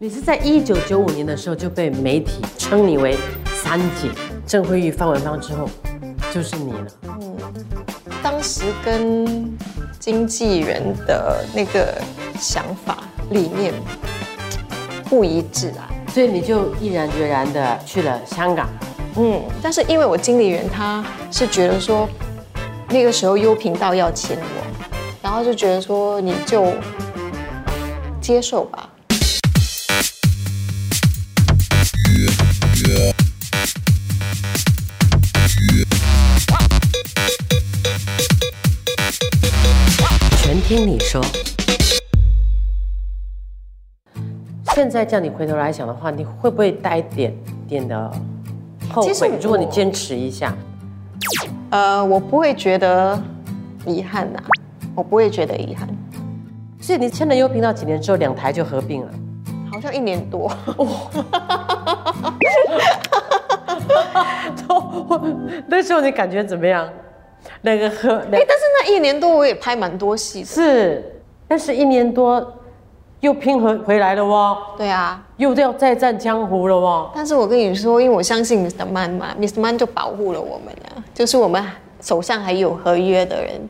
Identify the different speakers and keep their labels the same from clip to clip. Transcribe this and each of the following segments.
Speaker 1: 你是在一九九五年的时候就被媒体称你为“三姐”，郑慧玉、方文芳之后，就是你了。
Speaker 2: 当时跟经纪人的那个想法理念不一致啊。
Speaker 1: 所以你就毅然决然的去了香港。
Speaker 2: 嗯，但是因为我经理人他是觉得说，那个时候优频道要签我，然后就觉得说你就接受吧。
Speaker 1: 全听你说。现在叫你回头来想的话，你会不会带一点点的后
Speaker 2: 其实
Speaker 1: 悔
Speaker 2: 我？
Speaker 1: 如果你坚持一下，
Speaker 2: 呃，我不会觉得遗憾呐、我不会觉得遗憾，
Speaker 1: 所以你签了优频道几年之后，两台就合并了。
Speaker 2: 好像一年 多。
Speaker 1: 那时候你感觉怎么样？那个合
Speaker 2: 哎、
Speaker 1: 那
Speaker 2: 但是那一年多我也拍蛮多戏的。
Speaker 1: 是，但是一年多又拼回回来了哦，
Speaker 2: 对啊，
Speaker 1: 又要再战江湖了哦。
Speaker 2: 但是我跟你说，因为我相信 Mr. Man 嘛，Mr. Man 就保护了我们啊，就是我们手上还有合约的人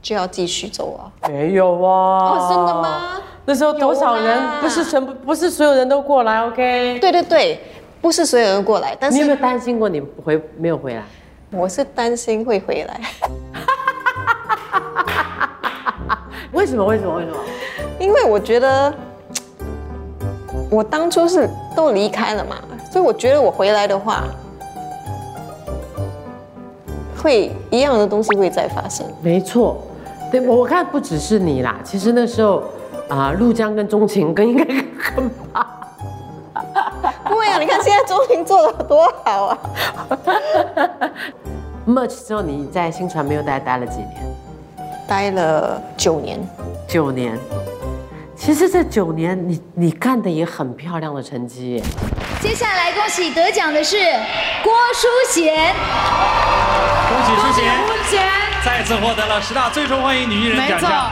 Speaker 2: 就要继续走啊。
Speaker 1: 没有啊、
Speaker 2: 哦真的吗？
Speaker 1: 那时候多少
Speaker 2: 有
Speaker 1: 人？
Speaker 2: 啦
Speaker 1: 不是全部，不是所有啊人都过来，OK？
Speaker 2: 对对对，不是所有人过来，但
Speaker 1: 你有没
Speaker 2: 是
Speaker 1: 有担心过你回没有回来？
Speaker 2: 我是担心会回来，
Speaker 1: 为什么？为什么？为什么？
Speaker 2: 因为我觉得我当初是都离开了嘛，所以我觉得我回来的话，会一样的东西会再发生。
Speaker 1: 没错，对我我看不只是你啦，其实那时候啊，陆江跟钟情跟应该很
Speaker 2: 不会啊，你看现在周婷做的多好啊！
Speaker 1: much 之后，你在新传媒又待待了几年？
Speaker 2: 待了九年，
Speaker 1: 九年。其实这九年你你干的也很漂亮的成绩耶。
Speaker 3: 接下来恭喜得奖的是郭淑贤，
Speaker 4: 恭喜舒贤
Speaker 5: 目前
Speaker 4: 再次获得了十大最受欢迎女艺人奖项。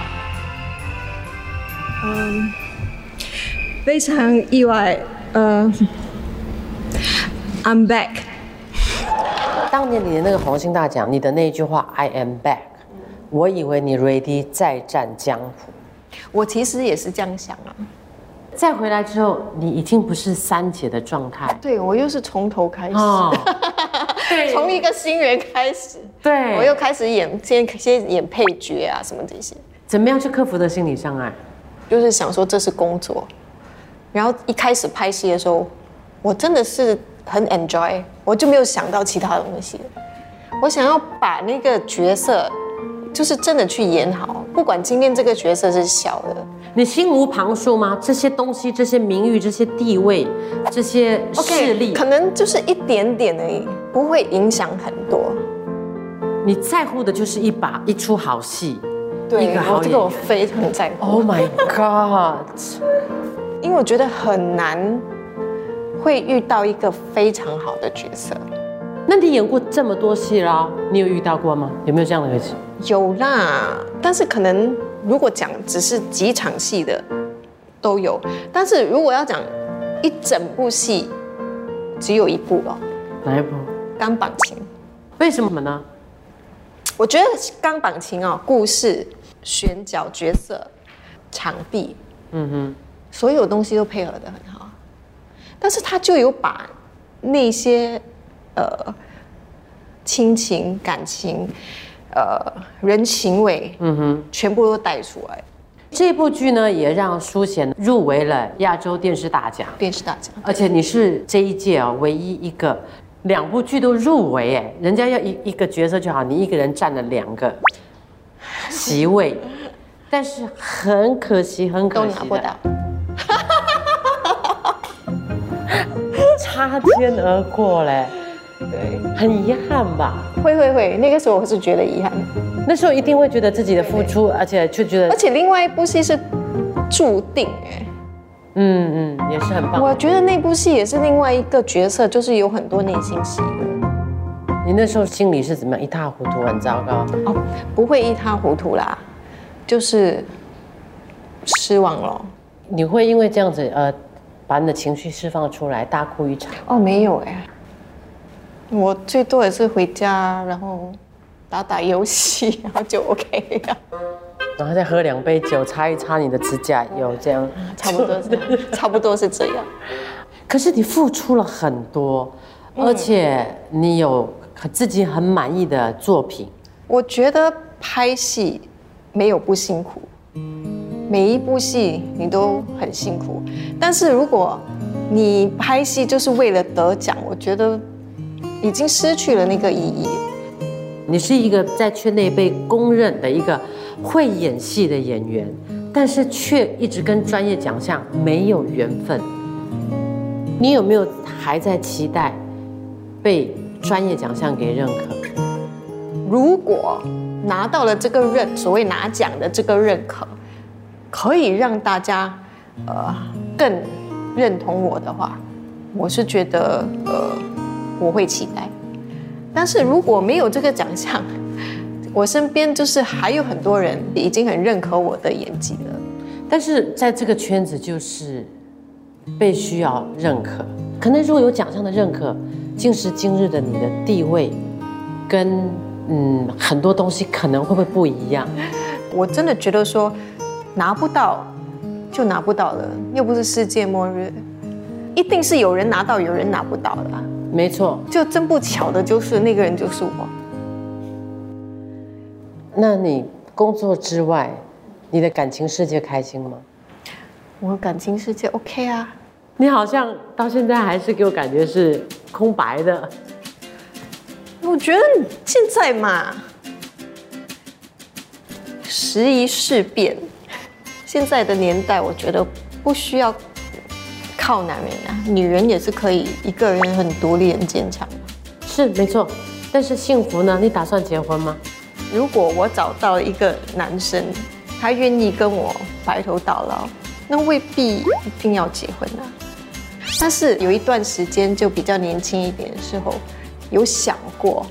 Speaker 6: 非常意外，呃，I'm back。
Speaker 1: 当年你的那个红星大奖，你的那一句话 “I am back”，我以为你 ready 再战江湖。
Speaker 2: 我其实也是这样想啊。
Speaker 1: 再回来之后，你已经不是三姐的状态
Speaker 2: 对，我又是从头开始，
Speaker 1: 哦， 对
Speaker 2: 从一个新人开始，
Speaker 1: 对，
Speaker 2: 我又开始演，先先演配角啊什么这些，
Speaker 1: 怎么样去克服的心理障碍？
Speaker 2: 就是想说这是工作。然后一开始拍戏的时候，我真的是很 enjoy，我就没有想到其他东西。我想要把那个角色，就是真的去演好，不管今天这个角色是小的，
Speaker 1: 你心无旁骛吗？这些东西、这些名誉、这些地位、这些势力
Speaker 2: 可能就是一点点而已，不会影响很多。
Speaker 1: 你在乎的就是一把一出好戏，一个
Speaker 2: 我
Speaker 1: 好
Speaker 2: 这
Speaker 1: 演
Speaker 2: 个我
Speaker 1: 员。
Speaker 2: 非常在乎，
Speaker 1: Oh my god！
Speaker 2: 因为我觉得很难会遇到一个非常好的角色。
Speaker 1: 那你演过这么多戏啦，你有遇到过吗？有没有这样的一个戏？
Speaker 2: 有啦，但是可能如果讲只是几场戏的都有，但是如果要讲一整部戏，只有一部哦，
Speaker 1: 哪一部？
Speaker 2: 《钢板琴》。
Speaker 1: 为什么呢？
Speaker 2: 我觉得《钢板琴》哦，故事、选角、角色、场地，嗯哼，所有东西都配合的很好，但是他就有把那些呃亲情、感情、呃人情味，嗯哼，全部都带出来，
Speaker 1: 这部剧呢，也让淑贤入围了亚洲电视大奖，
Speaker 2: 电视大奖。
Speaker 1: 而且你是这一届啊、唯一一个两部剧都入围，哎，人家要一一个角色就好，你一个人占了两个席位，但是很可惜，很
Speaker 2: 都
Speaker 1: 可惜
Speaker 2: 拿不
Speaker 1: 的，
Speaker 2: 到，
Speaker 1: 擦肩而过嘞，
Speaker 2: 对，
Speaker 1: 很遗憾吧？
Speaker 2: 会会会，那个时候我是觉得遗憾，
Speaker 1: 那时候一定会觉得自己的付出，而且就觉得
Speaker 2: 而，且另外一部戏是注定哎、
Speaker 1: 嗯嗯，也是很棒。
Speaker 2: 我觉得那部戏也是另外一个角色，就是有很多内心戏
Speaker 1: 你那时候心里是怎么样？一塌糊涂，很糟糕。
Speaker 2: 哦，不会一塌糊涂啦，就是失望了。
Speaker 1: 你会因为这样子呃把你的情绪释放出来，大哭一场。
Speaker 2: 哦，没有哎、我最多也是回家，然后打打游戏， 然后就 OK 了，
Speaker 1: 然后再喝两杯酒，擦一擦你的指甲油，这样
Speaker 2: 差不多是这样，差不多是这样。
Speaker 1: 可是你付出了很多，而且你有很自己很满意的作品，
Speaker 2: 我觉得拍戏没有不辛苦，每一部戏你都很辛苦。但是如果你拍戏就是为了得奖，我觉得已经失去了那个意义。
Speaker 1: 你是一个在圈内被公认的一个会演戏的演员，但是却一直跟专业奖项没有缘分。你有没有还在期待被专业奖项给认可？
Speaker 2: 如果拿到了这个认，所谓拿奖的这个认可，可以让大家呃更认同我的话，我是觉得呃我会期待。但是如果没有这个奖项，我身边就是还有很多人已经很认可我的演技了。
Speaker 1: 但是在这个圈子就是被需要认可，可能如果有奖项的认可，今时今日的你的地位跟嗯很多东西可能会不会不一样？
Speaker 2: 我真的觉得说，拿不到就拿不到了，又不是世界末日，一定是有人拿到，有人拿不到的啊。
Speaker 1: 没错，
Speaker 2: 就真不巧的就是那个人就是我，
Speaker 1: 那你工作之外，你的感情世界开心吗？
Speaker 2: 我感情世界 OK 啊，
Speaker 1: 你好像到现在还是给我感觉是空白的。
Speaker 2: 我觉得现在嘛，时移世变，现在的年代，我觉得不需要靠男人啊，女人也是可以一个人很独立、很坚强的。
Speaker 1: 是没错，但是幸福呢？你打算结婚吗？
Speaker 2: 如果我找到一个男生，他愿意跟我白头到老，那未必一定要结婚啊。但是有一段时间就比较年轻一点的时候，有想过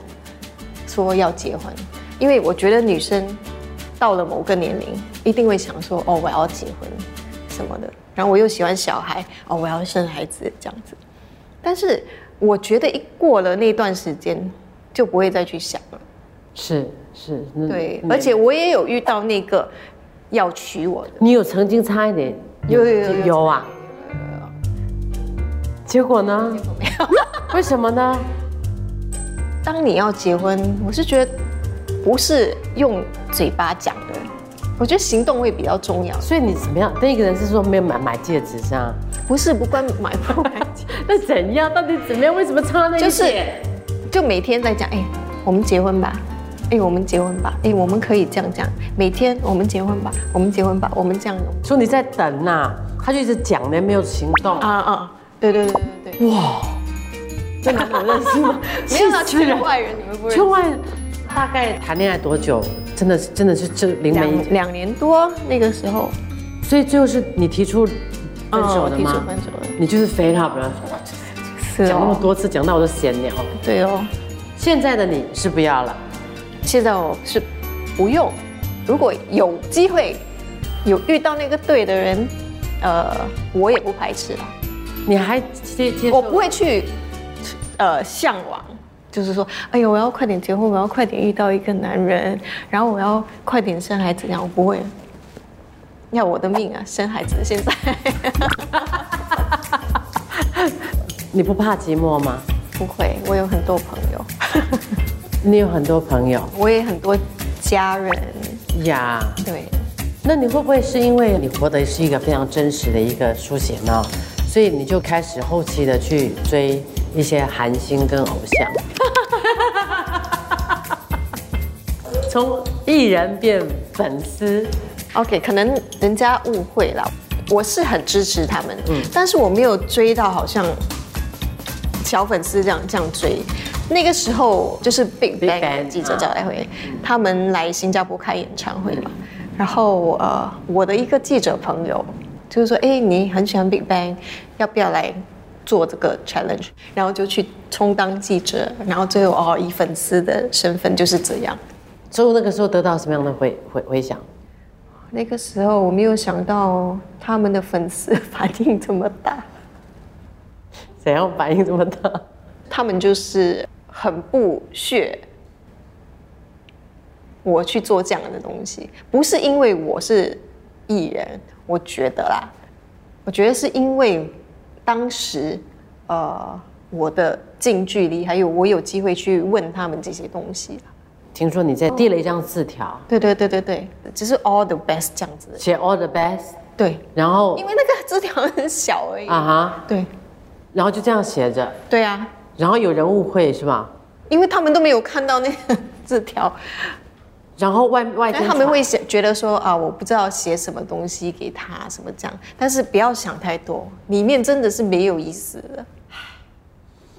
Speaker 2: 说要结婚，因为我觉得女生到了某个年龄，一定会想说哦，我要结婚什么的。然后我又喜欢小孩，哦，我要生孩子这样子。但是我觉得一过了那段时间，就不会再去想了。
Speaker 1: 是是，嗯
Speaker 2: 对，
Speaker 1: 没
Speaker 2: 而且我也有遇到那个要娶我的，
Speaker 1: 你有曾经差一点
Speaker 2: 有有有有
Speaker 1: 有啊，结果呢？为什么呢？
Speaker 2: 当你要结婚，我是觉得不是用嘴巴讲的，我觉得行动会比较重要。
Speaker 1: 所以你怎么样？那个人是说没有买买戒指这 样，
Speaker 2: 不是不关买不买，
Speaker 1: 那怎样？到底怎么样？为什么差那一点？
Speaker 2: 就是就每天在讲，哎、我们结婚吧。哎、我们结婚吧！哎、我们可以这样讲，每天我们结婚吧，我们结婚吧，我们这样的
Speaker 1: 说你在等呐、他就一直讲呢，没有行动。
Speaker 2: 啊啊！对对对对对，哇，这哪有认识吗？ 没有啦，
Speaker 1: 气死人
Speaker 2: 圈外人你们不认识
Speaker 1: 圈。外大概谈恋爱多久？真的是真的是就临门一
Speaker 2: 两
Speaker 1: 脚，
Speaker 2: 两年多那个时候，
Speaker 1: 所以最后是你提出分手的
Speaker 2: 嗯我提
Speaker 1: 吗？
Speaker 2: 出分手了
Speaker 1: 你就是非他不让，
Speaker 2: 是哦
Speaker 1: 讲那么，多次，讲到我都闲聊。
Speaker 2: 对哦。
Speaker 1: 现在的你是不要了，
Speaker 2: 现在我是不用，如果有机会有遇到那个对的人，呃，我也不排斥啦
Speaker 1: 你还接接受？
Speaker 2: 我不会去呃向往。就是说，哎呦，我要快点结婚，我要快点遇到一个男人，然后我要快点生孩子，这样我不会，要我的命啊！生孩子现在
Speaker 1: 你不怕寂寞吗？
Speaker 2: 不会，我有很多朋友，
Speaker 1: 你有很多朋友
Speaker 2: 我也很多家人，
Speaker 1: 呀
Speaker 2: 对，
Speaker 1: 那你会不会是因为你活的是一个非常真实的一个书写呢？所以你就开始后期的去追一些韩星跟偶像， 从艺人变粉丝，
Speaker 2: OK，可能人家误会了，我是很支持他们，
Speaker 1: 嗯
Speaker 2: 但是我没有追到好像小粉丝这样这样追。那个时候就是 Big
Speaker 1: Big
Speaker 2: Bang 的
Speaker 1: Bang，嗯
Speaker 2: 记者招待会，他们来新加坡开演唱会嘛，然后呃，我的一个记者朋友就是说，哎，你很喜欢 Big Bang，要不要来？做这个 challenge，然后就去充当记者，然后最后哦，以粉丝的身份就是这样。
Speaker 1: 所以那个时候得到什么样的回回回响？
Speaker 2: 那个时候我没有想到他们的粉丝反应这么大，
Speaker 1: 怎样反应这么大？
Speaker 2: 他们就是很不屑我去做这样的东西，不是因为我是艺人，我觉得啦，我觉得是因为当时呃我的近距离，还有我有机会去问他们这些东西啦
Speaker 1: 听说你在递了一张字条，
Speaker 2: 对对对对对，只是 all the best 这样子。
Speaker 1: 写 all the best，
Speaker 2: 对，
Speaker 1: 然后
Speaker 2: 因为那个字条很小而已。
Speaker 1: 啊哈，
Speaker 2: 对
Speaker 1: 然后就这样写着，
Speaker 2: 对啊，
Speaker 1: 然后有人误会是吧？
Speaker 2: 因为他们都没有看到那个字 条，
Speaker 1: 然后外外
Speaker 2: 但
Speaker 1: 间
Speaker 2: 他们
Speaker 1: 传
Speaker 2: 会写觉得说啊，我不知道写什么东西给他什么这样，但是不要想太多，里面真的是没有意思的。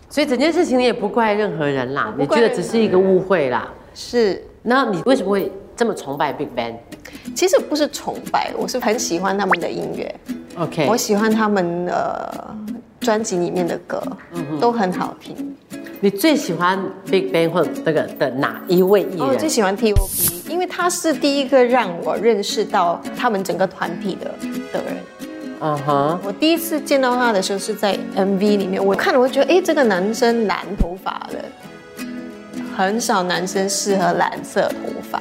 Speaker 1: 所以整件事情你也不怪任何人啦，
Speaker 2: 不
Speaker 1: 你
Speaker 2: 怪
Speaker 1: 觉得只是一个误会啦。
Speaker 2: 是，
Speaker 1: 那你为什么会这么崇拜 Big Bang？OK，、
Speaker 2: 其实不是崇拜，我是很喜欢他们的音乐。
Speaker 1: OK，
Speaker 2: 我喜欢他们呃专辑里面的歌，都很好听。
Speaker 1: 你最喜欢 Big Bang 或那个的哪一位艺
Speaker 2: 哦，我
Speaker 1: 人？
Speaker 2: 最喜欢 T.O.P，因为他是第一个让我认识到他们整个团体的的人。
Speaker 1: 嗯哼，
Speaker 2: 我第一次见到他的时候是在 MV 里面，我看了我觉得，哎，这个男生蓝头发的，很少男生适合蓝色头发，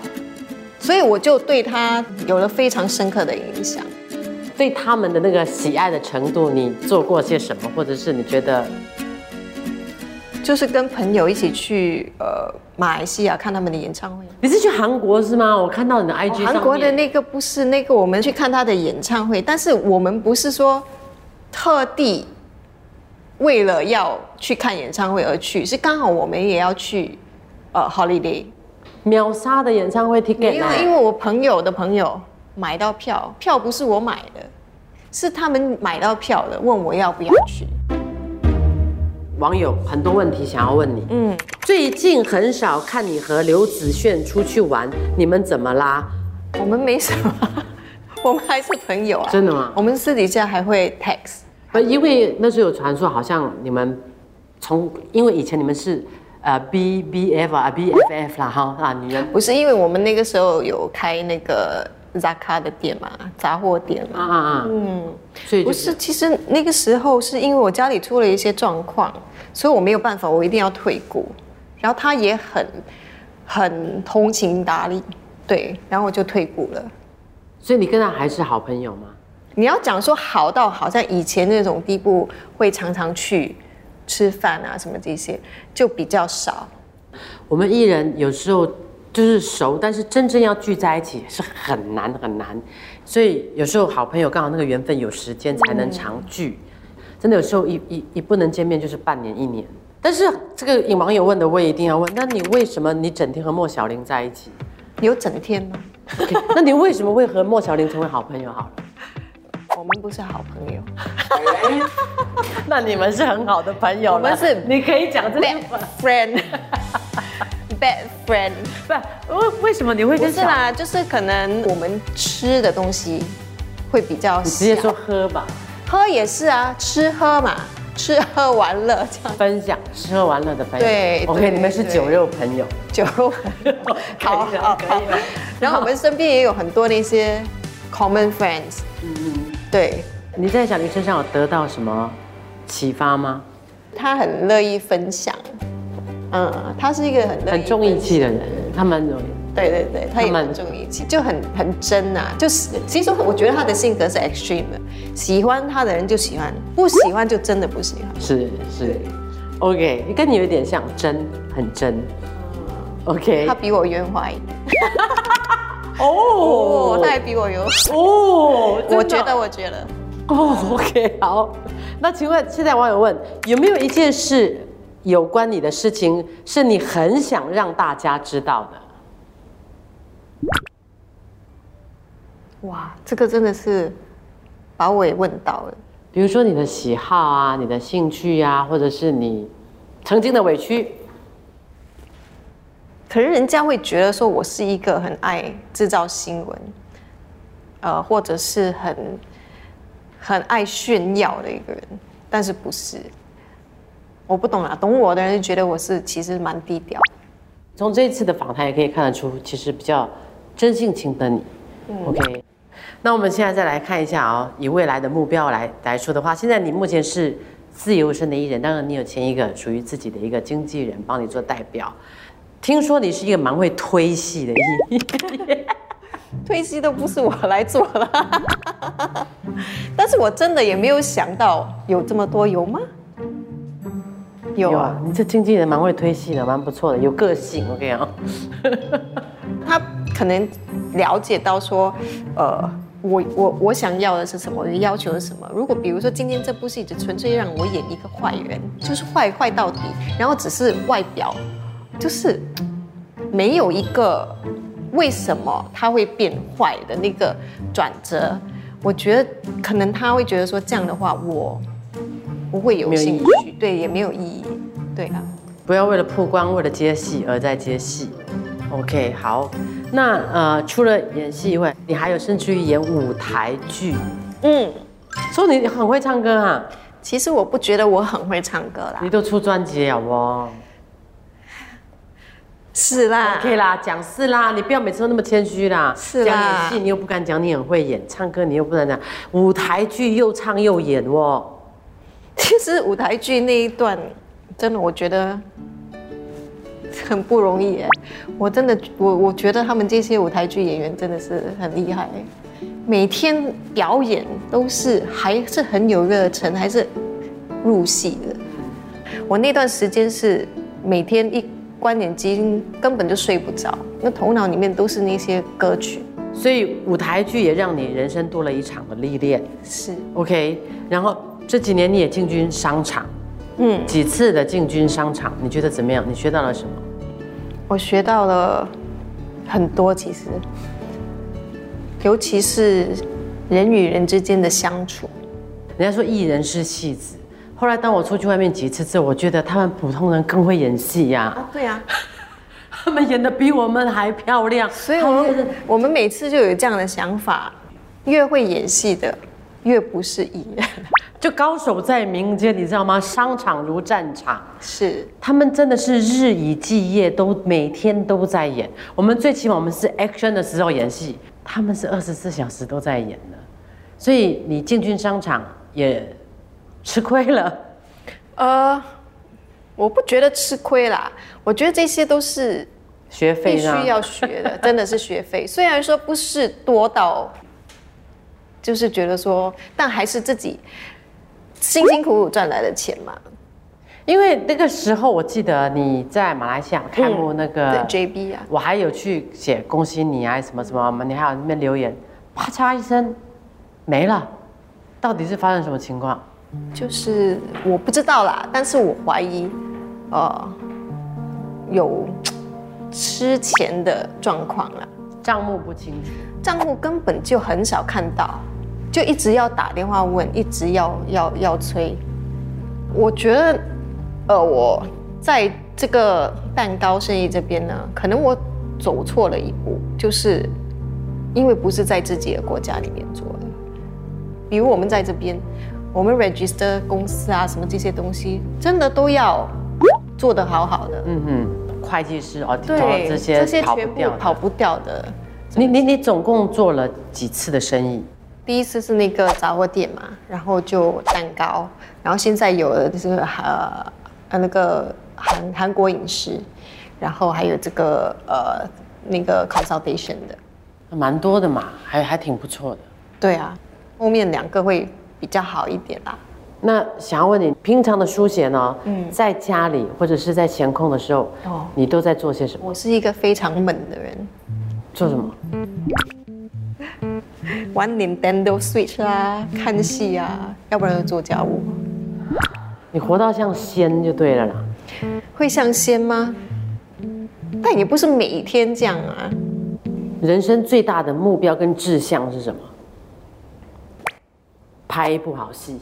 Speaker 2: 所以我就对他有了非常深刻的影响。
Speaker 1: 对他们的那个喜爱的程度，你做过些什么，或者是你觉得
Speaker 2: 就是跟朋友一起去呃马来西亚看他们的演唱会。
Speaker 1: 你是去韩国是吗？我看到你的 IG 上面
Speaker 2: 韩国的那个不是那个，我们去看他的演唱会，但是我们不是说特地为了要去看演唱会而去，是刚好我们也要去呃 holiday，
Speaker 1: 秒杀的演唱会 ticket，啊
Speaker 2: 因
Speaker 1: 呢
Speaker 2: 为因为我朋友的朋友买到票，票不是我买的，是他们买到票的，问我要不要去。
Speaker 1: 网友很多问题想要问你。嗯，最近很少看你和刘子炫出去玩，你们怎么啦？
Speaker 2: 我们没什么， 我们还是朋友啊，
Speaker 1: 真的吗
Speaker 2: 我们私底下还会 text。
Speaker 1: 呃，因为那时候有传说，好像你们从因为以前你们是呃 B B F 啊 B F F 啦哈啊女人
Speaker 2: 不是因为我们那个时候有开那个 Zaka 的店嘛，杂货店
Speaker 1: 啊
Speaker 2: 嘛。
Speaker 1: 啊啊，嗯，所以就
Speaker 2: 不是，其实那个时候是因为我家里出了一些状况，所以我没有办法，我一定要退股。然后他也很很通情达理，对，然后我就退股了。
Speaker 1: 所以你跟他还是好朋友吗？
Speaker 2: 你要讲说好到好像以前那种地步，会常常去吃饭啊什么这些，就比较少。
Speaker 1: 我们艺人有时候就是熟，但是真正要聚在一起是很难很难，所以有时候好朋友刚好那个缘分有时间才能常聚，真的有时候一一一不能见面就是半年一年。但是这个网友问的我也一定要问，那你为什么你整天和莫小玲在一起？
Speaker 2: 你有整天吗？
Speaker 1: OK，那你为什么会和莫小玲成为好朋友？好了，
Speaker 2: 我们不是好朋友。
Speaker 1: 那你们是很好的朋友了。
Speaker 2: 我们是
Speaker 1: 你可以讲这个
Speaker 2: bad friend 。Bad friend
Speaker 1: 不？为为什么你会
Speaker 2: 不
Speaker 1: 跟
Speaker 2: 是啊
Speaker 1: 小？
Speaker 2: 啦，就是可能我们吃的东西会比较
Speaker 1: 你
Speaker 2: 小，
Speaker 1: 直接说喝吧，
Speaker 2: 喝也是啊，吃喝嘛，吃喝玩乐这样。
Speaker 1: 分享吃喝玩乐的朋友。
Speaker 2: 对
Speaker 1: ，OK，
Speaker 2: 对
Speaker 1: 你们是
Speaker 2: 对
Speaker 1: 酒肉朋友。，
Speaker 2: 酒 肉朋友好
Speaker 1: 可以
Speaker 2: 好
Speaker 1: 可以
Speaker 2: 好。然后我们身边也有很多那些 common friends，嗯对
Speaker 1: 你在小玲身上有得到什么启发吗？
Speaker 2: 他很乐意分享，嗯，他是一个很乐意
Speaker 1: 很重义气的人，他们有
Speaker 2: 对对对，他也
Speaker 1: 他们
Speaker 2: 很重义气，就很很真呐、就是其实我觉得他的性格是 extreme 的，喜欢他的人就喜欢，不喜欢就真的不喜欢。
Speaker 1: 是是，OK，跟你有点像，真很真。OK，
Speaker 2: 他比我圆滑一点，哦
Speaker 1: 哦，
Speaker 2: 他还比我圆。
Speaker 1: 哦，真的
Speaker 2: 我觉得，我觉得
Speaker 1: 哦，OK，好。那请问，现在网友问，有没有一件事有关你的事情是你很想让大家知道的？
Speaker 2: 哇，这个真的是把我也问到了。
Speaker 1: 比如说你的喜好啊，你的兴趣啊，或者是你曾经的委屈。
Speaker 2: 可是人家会觉得说我是一个很爱制造新闻，呃，或者是很很爱炫耀的一个人，但是不是？我不懂啦，懂我的人就觉得我是其实蛮低调。
Speaker 1: 从这一次的访谈也可以看得出，其实比较真性情的你。OK，那我们现在再来看一下啊、以未来的目标来来说的话，现在你目前是自由身的艺人，当然你有签一个属于自己的一个经纪人帮你做代表。听说你是一个蛮会推戏的艺人，
Speaker 2: 推戏都不是我来做了， 但是我真的也没有想到有这么多，有吗？有
Speaker 1: 有
Speaker 2: 啊
Speaker 1: 啊，，你这经纪人蛮会推戏的，蛮不错的，有个性。啊我跟你讲，
Speaker 2: 他可能了解到说，呃，我我我想要的是什么，呃我的要求是什么。如果比如说今天这部戏只纯粹让我演一个坏人，就是坏坏到底，然后只是外表，就是没有一个为什么他会变坏的那个转折，我觉得可能他会觉得说这样的话我不会有
Speaker 1: 没有意
Speaker 2: 兴
Speaker 1: 义
Speaker 2: 趣，对，也没有意义，对啊。
Speaker 1: 不要为了曝光、为了接戏而在接戏。OK，好。那呃，除了演戏以外，你还有甚至于演舞台剧，
Speaker 2: 嗯，
Speaker 1: 所以你很会唱歌啊，
Speaker 2: 其实我不觉得我很会唱歌啦
Speaker 1: 你，都出专辑了哦。
Speaker 2: 是啦
Speaker 1: OK 啦，讲是啦，你不要每次都那么谦虚啦。
Speaker 2: 是啦
Speaker 1: 讲演戏你又不敢讲你很会演，唱歌你又不能讲，舞台剧又唱又演哦。
Speaker 2: 其实舞台剧那一段，真的我觉得 很不容易耶。我真的，我我觉得他们这些舞台剧演员真的是很厉害，每天表演都是还是很有热忱，还是入戏的。我那段时间是每天一关眼睛根本就睡不着，那头脑里面都是那些歌曲。
Speaker 1: 所以舞台剧也让你人生多了一场的历练。
Speaker 2: 是，
Speaker 1: OK，然后这几年你也进军商场，
Speaker 2: 嗯。
Speaker 1: 几次的进军商场，你觉得怎么样？你学到了什么？
Speaker 2: 我学到了很多，其实，尤其是人与人之间的相处。
Speaker 1: 人家说艺人是戏子，后来当我出去外面几次之后，我觉得他们普通人更会演戏呀、
Speaker 2: 啊，对啊，
Speaker 1: 他们演的比我们还漂亮，
Speaker 2: 所以我们我们每次就有这样的想法：越会演戏的，越不是艺人。
Speaker 1: 就高手在民间，你知道吗？商场如战场。
Speaker 2: 是，
Speaker 1: 他们真的是日以继夜，都每天都在演。我们最起码我们是 action 的时候演戏，他们是二十四小时都在演的。所以你进军商场也吃亏 了，
Speaker 2: 呃，我不觉得吃亏啦，我觉得这些都是
Speaker 1: 学费
Speaker 2: 必须
Speaker 1: 呢？
Speaker 2: 要学的，真的是学费。虽然说不是多到，就是觉得说，但还是自己辛辛苦苦赚来的钱嘛。
Speaker 1: 因为那个时候我记得你在马来西亚开幕那
Speaker 2: 对
Speaker 1: 个、
Speaker 2: JB 啊，
Speaker 1: 我还有去写恭喜你啊什么什么，你还有那边留言，啪嚓一声没了，到底是发生什么情况？
Speaker 2: 就是我不知道啦，但是我怀疑，呃，有吃钱的状况啦，
Speaker 1: 账目不清楚。
Speaker 2: 账户根本就很少看到，就一直要打电话问，一直要要要催。我觉得，呃，我在这个蛋糕生意这边呢，可能我走错了一步，就是因为不是在自己的国家里面做的。比如我们在这边，我们 register 公司啊，什么这些东西，真的都要做得好好的。
Speaker 1: 嗯哼，会计师哦，
Speaker 2: 对，
Speaker 1: 这些
Speaker 2: 这些
Speaker 1: 跑
Speaker 2: 全
Speaker 1: 不
Speaker 2: 部
Speaker 1: 掉的
Speaker 2: 跑不掉的。
Speaker 1: 你你你总共做了几次的生意？
Speaker 2: 第一次是那个杂货店嘛，然后就蛋糕，然后现在有了就是呃呃那个韩韩国饮食，然后还有这个呃那个 consultation 的，
Speaker 1: 蛮多的嘛，还还挺不错的。
Speaker 2: 对啊，后面两个会比较好一点啦。
Speaker 1: 那想要问你，平常的书写呢？在家里或者是在闲空的时候，
Speaker 2: 嗯哦
Speaker 1: 你都在做些什么？
Speaker 2: 我是一个非常猛的人，
Speaker 1: 做什么？
Speaker 2: 玩 Nintendo Switch 啦，看戏啊，要不然就做家务。
Speaker 1: 你活到像仙就对了啦。
Speaker 2: 会像仙吗？但也不是每天这样啊。
Speaker 1: 人生最大的目标跟志向是什么？拍一部好 戏。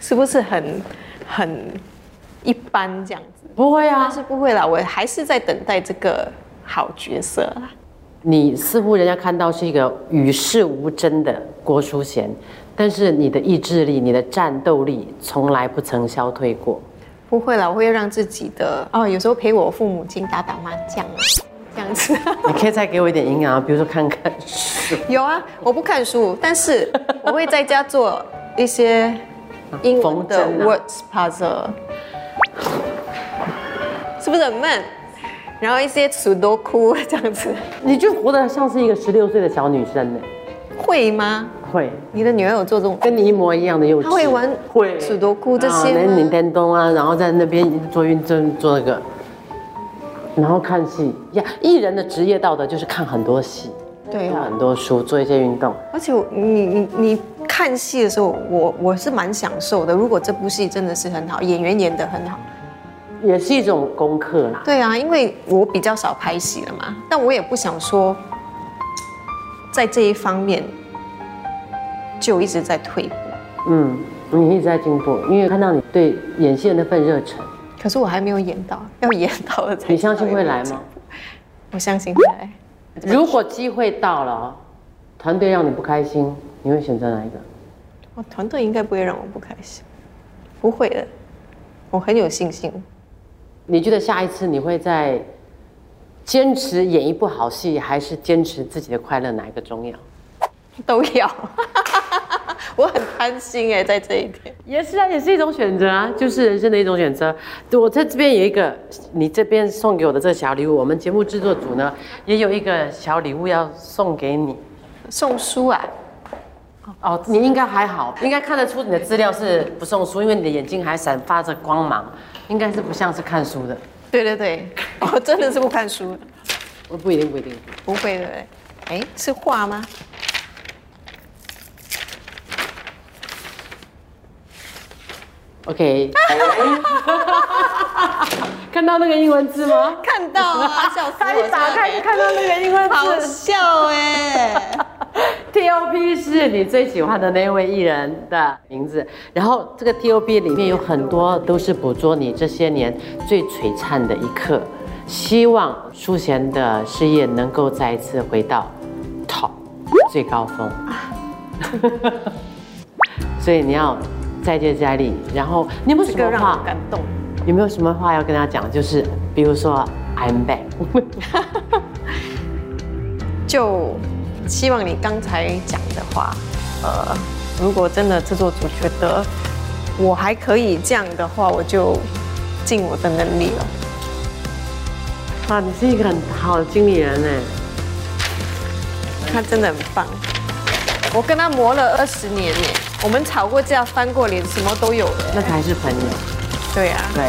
Speaker 2: 是不是很很一般这样子？
Speaker 1: 不会
Speaker 2: 但
Speaker 1: 啊，
Speaker 2: 是不会啦，我还是在等待这个好角色啦。
Speaker 1: 你似乎人家看到是一个与世无争的郭淑贤，但是你的意志力、你的战斗力从来不曾消退过。
Speaker 2: 不会啦，我会让自己的哦，有时候陪我父母亲打打麻将啊，这样子。
Speaker 1: 你可以再给我一点营养啊，比如说看看 书
Speaker 2: 有啊，我不看书，但是我会在家做一些英文
Speaker 1: 缝
Speaker 2: 的
Speaker 1: 针啊
Speaker 2: words puzzle，是不是很闷？然后一些 sudoku 这样子，
Speaker 1: 你就活得像是一个十六岁的小女生呢、
Speaker 2: 会吗？
Speaker 1: 会，
Speaker 2: 你的女儿有做这种？
Speaker 1: 跟你一模一样的幼稚。
Speaker 2: 她会玩
Speaker 1: 会
Speaker 2: 数独孤这些吗
Speaker 1: 连林天东啊，然后在那边做运动做那个，然后看戏呀。艺人的职业道德就是看很多戏，
Speaker 2: 对
Speaker 1: 看
Speaker 2: 啊，
Speaker 1: 很多书，做一些运动。
Speaker 2: 而且我你你你看戏的时候，我我是蛮享受的。如果这部戏真的是很好，演员演得很好，
Speaker 1: 也是一种功课啦。
Speaker 2: 对啊，因为我比较少拍戏了嘛，但我也不想说在这一方面就一直在退步。
Speaker 1: 嗯，你一直在进步，因为看到你对演戏的那份热忱，
Speaker 2: 可是我还没有演到，要演到了才。
Speaker 1: 你相信会来吗？？
Speaker 2: 我相信会来。
Speaker 1: 如果机会到了哦，团队让你不开心，你会选择哪一个？
Speaker 2: 我团队应该不会让我不开心，不会的，我很有信心。
Speaker 1: 你觉得下一次你会在坚持演一部好戏，还是坚持自己的快乐，哪一个重要？
Speaker 2: 都要。 我很贪心哎，在这一点。
Speaker 1: 也是啊，也是一种选择啊，就是人生的一种选择。对我在这边有一个，你这边送给我的这个小礼物，我们节目制作组呢也有一个小礼物要送给你。
Speaker 2: 送书啊，
Speaker 1: 哦，你应该还好，应该看得出你的资料是不送书，因为你的眼睛还闪发着光芒，应该是不像是看书的。
Speaker 2: 对对对， 我真的是不看书，
Speaker 1: 我不一定，不一定。
Speaker 2: 不会的。哎，是画吗？
Speaker 1: OK，看到那个英文字 吗？
Speaker 2: 看到 啊，笑死
Speaker 1: 他一
Speaker 2: 我！
Speaker 1: 打开就看到那个英文
Speaker 2: 好
Speaker 1: 字
Speaker 2: 笑哎。
Speaker 1: ，TOP 是你最喜欢的那位艺人的名字。然后这个 TOP 里面有很多都是捕捉你这些年最璀璨的一刻。希望淑贤的事业能够再一次回到 top 最高峰。 所以你要再接再厉。然后你有没有什
Speaker 2: 这个
Speaker 1: 么
Speaker 2: 让
Speaker 1: 话
Speaker 2: 我？感动。
Speaker 1: 有没有什么话要跟他讲？就是比如说 I'm back。
Speaker 2: 就希望你刚才讲的话，呃，如果真的制作组觉得我还可以这样的话，我就尽我的能力了。
Speaker 1: 哇，你是一个很好的经理人哎。
Speaker 2: 他真的很棒，我跟他磨了二十年耶，我们吵过架、翻过脸，什么都有了。
Speaker 1: 那才是朋友。
Speaker 2: 对啊，
Speaker 1: 对，